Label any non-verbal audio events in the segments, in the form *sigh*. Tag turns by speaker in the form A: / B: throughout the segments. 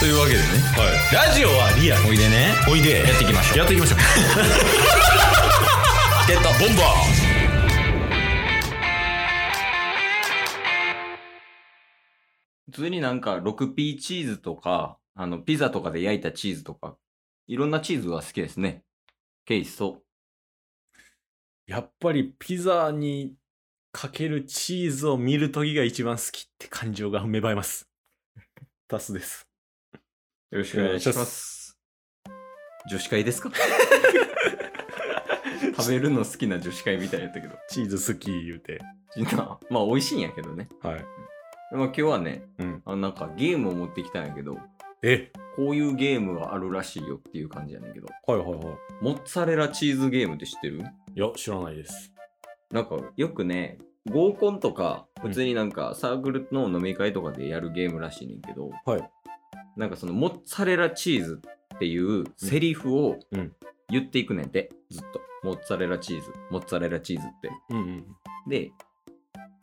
A: というわけでね
B: はい。ラジオはリアル。
A: おいでね
B: おいで。
A: やっていきましょう
B: やっていきましょう。
A: *laughs* ゲットボンバ
C: 普通になんか 6P チーズとか、あの、ピザとかで焼いたチーズとか、いろんなチーズが好きですね。ケイソ。
B: やっぱりピザにかけるチーズを見るときが一番好きって感情が芽生え *laughs* ます。タスです。
C: よろし
B: くお願いします
C: す。女子会ですか *laughs* 食べるの好きな女子会みたいやったけど。
B: チーズ好き言うて。
C: みんな、まあ美味しいんやけどね。
B: はい。
C: でまあ今日はね、
B: うん
C: あのなんかゲームを持ってきたんやけど、
B: え
C: こういうゲームがあるらしいよっていう感じやねんけど、
B: はいはいはい。
C: モッツァレラチーズゲームって知ってる
B: いや、知らないです。
C: なんかよくね合コンとか普通になんかサークルの飲み会とかでやるゲームらしいねんけど、
B: はい
C: なんかそのモッツァレラチーズっていうセリフを
B: うん
C: 言っていくねんて、ずっとモッツァレラチーズモッツァレラチーズって
B: うんうん。
C: で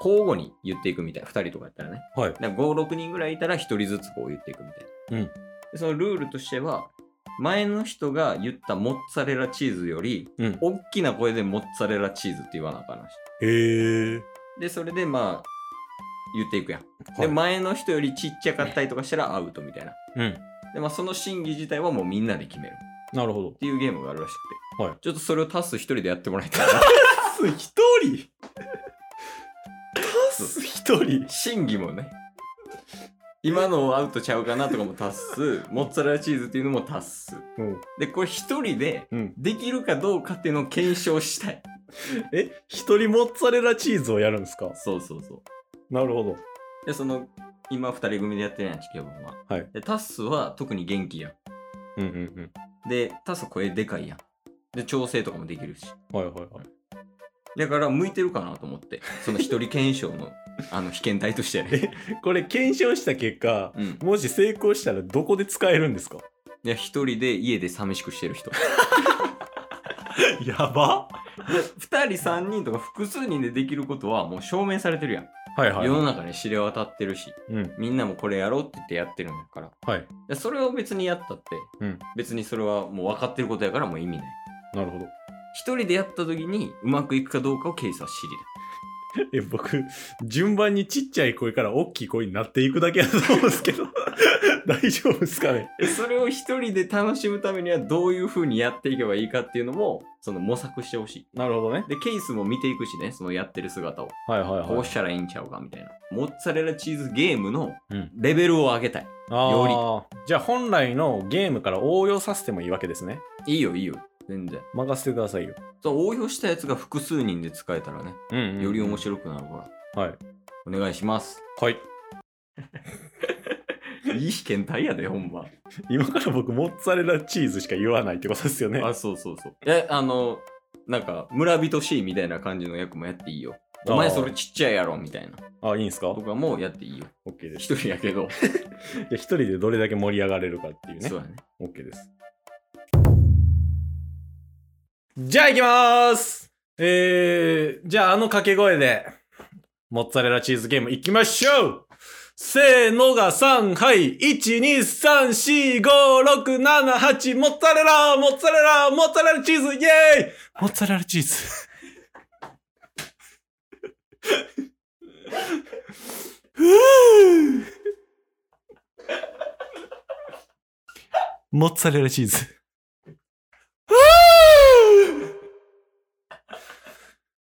C: 交互に言っていくみたいな2人とかやったらね
B: はい。
C: 56人ぐらいいたら1人ずつこう言っていくみたいな、
B: うん
C: でそのルールとしては前の人が言ったモッツァレラチーズより
B: うん。
C: 大きな声でモッツァレラチーズって言わなあかんらしい
B: へえ。
C: で、それでまあ、言っていくやん。
B: は
C: で、
B: い
C: 前の人よりちっちゃかったりとかしたらアウトみたいな。
B: うん。
C: で、まあ、その審議自体はもうみんなで決めるっ
B: なるほど。
C: ていうゲームがあるらしくて。
B: はい
C: ちょっとそれをタス一人でやってもらいたいな。
B: 一人タス一人
C: 審議もね。今のアウトちゃうかなとかもタス、モッツァレラチーズっていうのもタス。
B: うん。
C: で、これ一人で
B: うん。
C: できるかどうかっていうのを検証したい。
B: え一人モッツァレラチーズをやるんですか
C: そうそうそう。
B: なるほど。
C: で、その、今二人組でやってるやん、チケボンは。
B: はい
C: で、タスは特に元気やん。
B: うんうん
C: で、タス声でかいやん。で、調整とかもできるし。
B: うん。はいはいはい。
C: だから、向いてるかなと思って。その一人検証 *laughs* の、あの、被験体としてね。
B: これ検証した結果、
C: うん。
B: もし成功したらどこで使えるんですか
C: いや、一人で家で寂しくしてる *laughs* 人。
B: *laughs* やば
C: 二人、三人とか複数人でできることはもう証明されてるやん。
B: はいはい。
C: 世の中に知れ渡ってるし、
B: うん。
C: みんなもこれやろうって言ってやってるんだから。
B: はい。
C: でそれを別にやったって、
B: うん
C: 別にそれはもう分かってることやからもう意味ない。
B: なるほど。
C: 一人でやった時にうまくいくかどうかをケイスは知り
B: え、僕、順番にちっちゃい声から大きい声になっていくだけやと思うんですけ *laughs* ど、大丈夫ですかね
C: でそれを一人で楽しむためにはどういう風にやっていけばいいかっていうのもその模索してほし
B: なるほどね
C: い。。でケースも見ていくしねそのやってる姿を
B: はいはいはい。
C: こうしたらいいんちゃうかみたいなモッツァレラチーズゲームの
B: うん
C: レベルを上げたい、
B: ああ。じゃあ本来のゲームから応用させてもいいわけですね。
C: いいよいいよ全然
B: 任せてくださいよ。
C: その応用したやつが複数人で使えたらね
B: うん、
C: より面白くなるから、
B: い。はい。
C: お願いします
B: はい。
C: いい被験体やでほんま
B: 今から僕、モッツァレラチーズしか言わないってことですよね。
C: あそうそうそうえあのなんか村人 C みたいな感じの役もやっていいよお前それちっちゃいやろみたいな
B: あ、いいんすか
C: とかもやっていいよ
B: ?OK です。
C: 一人やけ
B: *laughs*
C: ど
B: じゃあ一人でどれだけ盛り上がれるかっていうね
C: そう。だね。
B: OK です。じゃあ行きますえー、じゃああの掛け声で、モッツァレラチーズゲーム行きましょうせーのが3、はい、1、2、3、4、5、6、7、8、モッツァレラモッツァレラモッツァレラチーズイェーイモッツァレラ *laughs* チーズ。モッツァレラチーズ。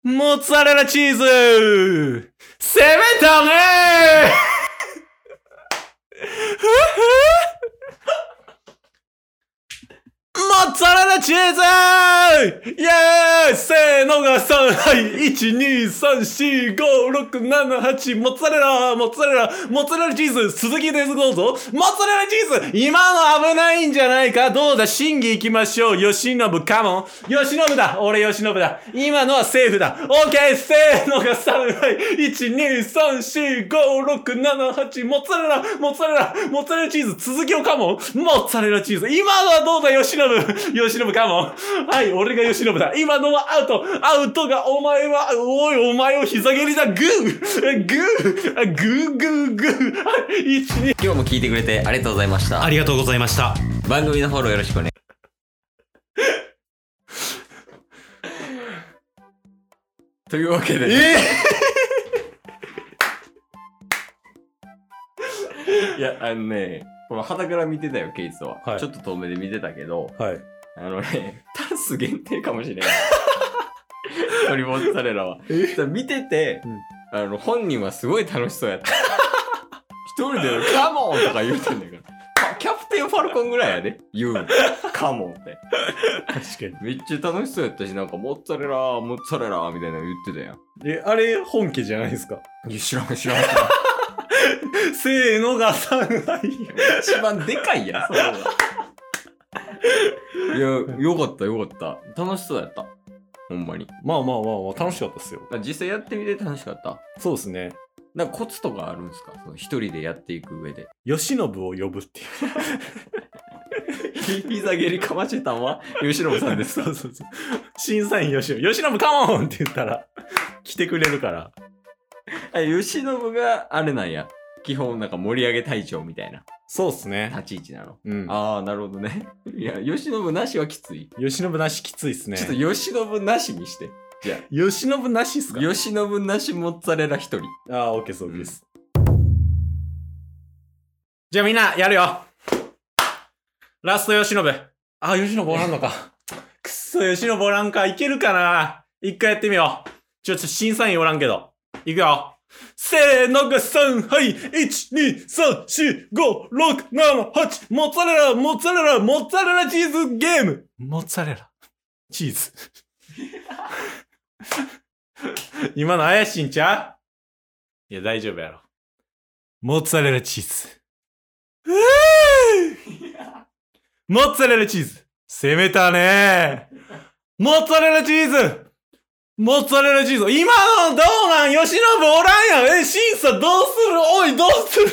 B: モッツァレラチーズ攻めたねモッツァレラチーズイェーイせーのが3、はい、1、2、3、4、5、6、7、8、モッツァレラ、モッツァレラ、モッツァレラチーズ、鈴木ですどうぞ、モッツァレラチーズ今の危ないんじゃないかどうだ審議行きましょう吉信カモン吉信だ俺吉信だ今のはセーフだオッケーせーのが3、はい、1、2、3、4、5、6、7、8、モッツァレラ、モッツァレラ、モッツァレラチーズ、続きをカモンモッツァレラチーズ今のはどうだ吉信ヨシノブ *laughs* カモン。はい、俺がヨシノブだ。今のはアウト。アウトがお前は、おい、お前を膝蹴りだ。グーグーあグーグーグー。はい、1、2、
C: 今日も聞いてくれてありがとうございました
A: あ。りがとうございました。
C: 番組のフォローよろしくね。というわけで、いや、あのね、この肌から見てたよ、ケイスは、
B: はい
C: ちょっと遠目で見てたけど、
B: はい。
C: あのね、 *laughs* タンス限定かもしれない。 *laughs* トリモッツァレラは。
B: え
C: だから見てて、
B: うん
C: あの、本人はすごい楽しそうやった。一人で、カモンとか言うてんだから。あキャプテンファルコンぐらいやで、言うの。カモンって。
B: 確かに。
C: めっちゃ楽しそうやったし、なんか、モッツァレラモッツァレラみたいなの言ってたやん。
B: え、あれ、本家じゃないですか。
C: いや、知らん、知らん。
B: せーのが3杯。
C: 一番でかいやん、 *laughs* それはいや、よかった、よかった。楽しそうやった。ほんまに。
B: *laughs* まあまあまあまあ、楽しかったっすよ。
C: あ実際やってみて楽しかった。
B: そうですね。
C: なんかコツとかあるんですかその一人でやっていく上で。
B: 吉信を呼ぶっていう。
C: *laughs* 膝蹴りかましてたんは、 *laughs* 吉野さんです。
B: そうそうそう。審査員吉信、吉信カモンって言ったら、来てくれるから。
C: あ、吉野があれなんや。基本なんか盛り上げ隊長みたいな
B: そうっすね。
C: 立ち位置なの。
B: うん。
C: ああ、なるほどね。いや、吉野なしはきつい。
B: 吉信なしきついっすね。
C: ちょっと吉野なしにして。
B: 吉信なしっすか
C: 吉野なしモッツァレラ一人。
B: ああ、オッケーそうです。じゃあみんな、やるよラスト吉信。ああ、吉信おらんのか。 *laughs* くっそ、吉信おらんか。いけるかな一回やってみよう。ちょ、ちょ、審査員おらんけど。いくよ。せーのが3、はい、1、2、3、4、5、6、7、8、モッツァレラ、モッツァレラ、モッツァレラチーズゲームモッツァレラ、チーズ。 *laughs* 今の怪しいんちゃういや、大丈夫やろ。モッツァレラチーズ。うぅモッツァレラチーズ。攻めたねモッツァレラチーズモッツァレラチーズ。今のどうなん吉信おらんやん。え、審査どうするおい、どうする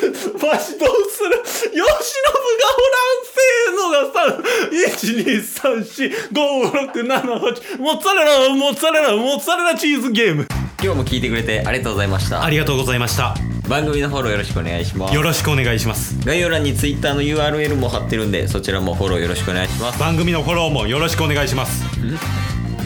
B: わしどうする吉信がおらんせーのがさ、1,2,3,4,5,6,7,8モッツァレラ、モッツァレラ、モッツァレラチーズゲーム。
C: 今日も聞いてくれてありがとうございました
A: あ。りがとうございました。
C: 番組のフォローよろしくお願いします
A: よ。ろしくお願いします。
C: 概要欄に Twitter の URL も貼ってるんで、そちらもフォローよろしくお願いします。
A: 番組のフォローもよろしくお願いします。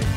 A: す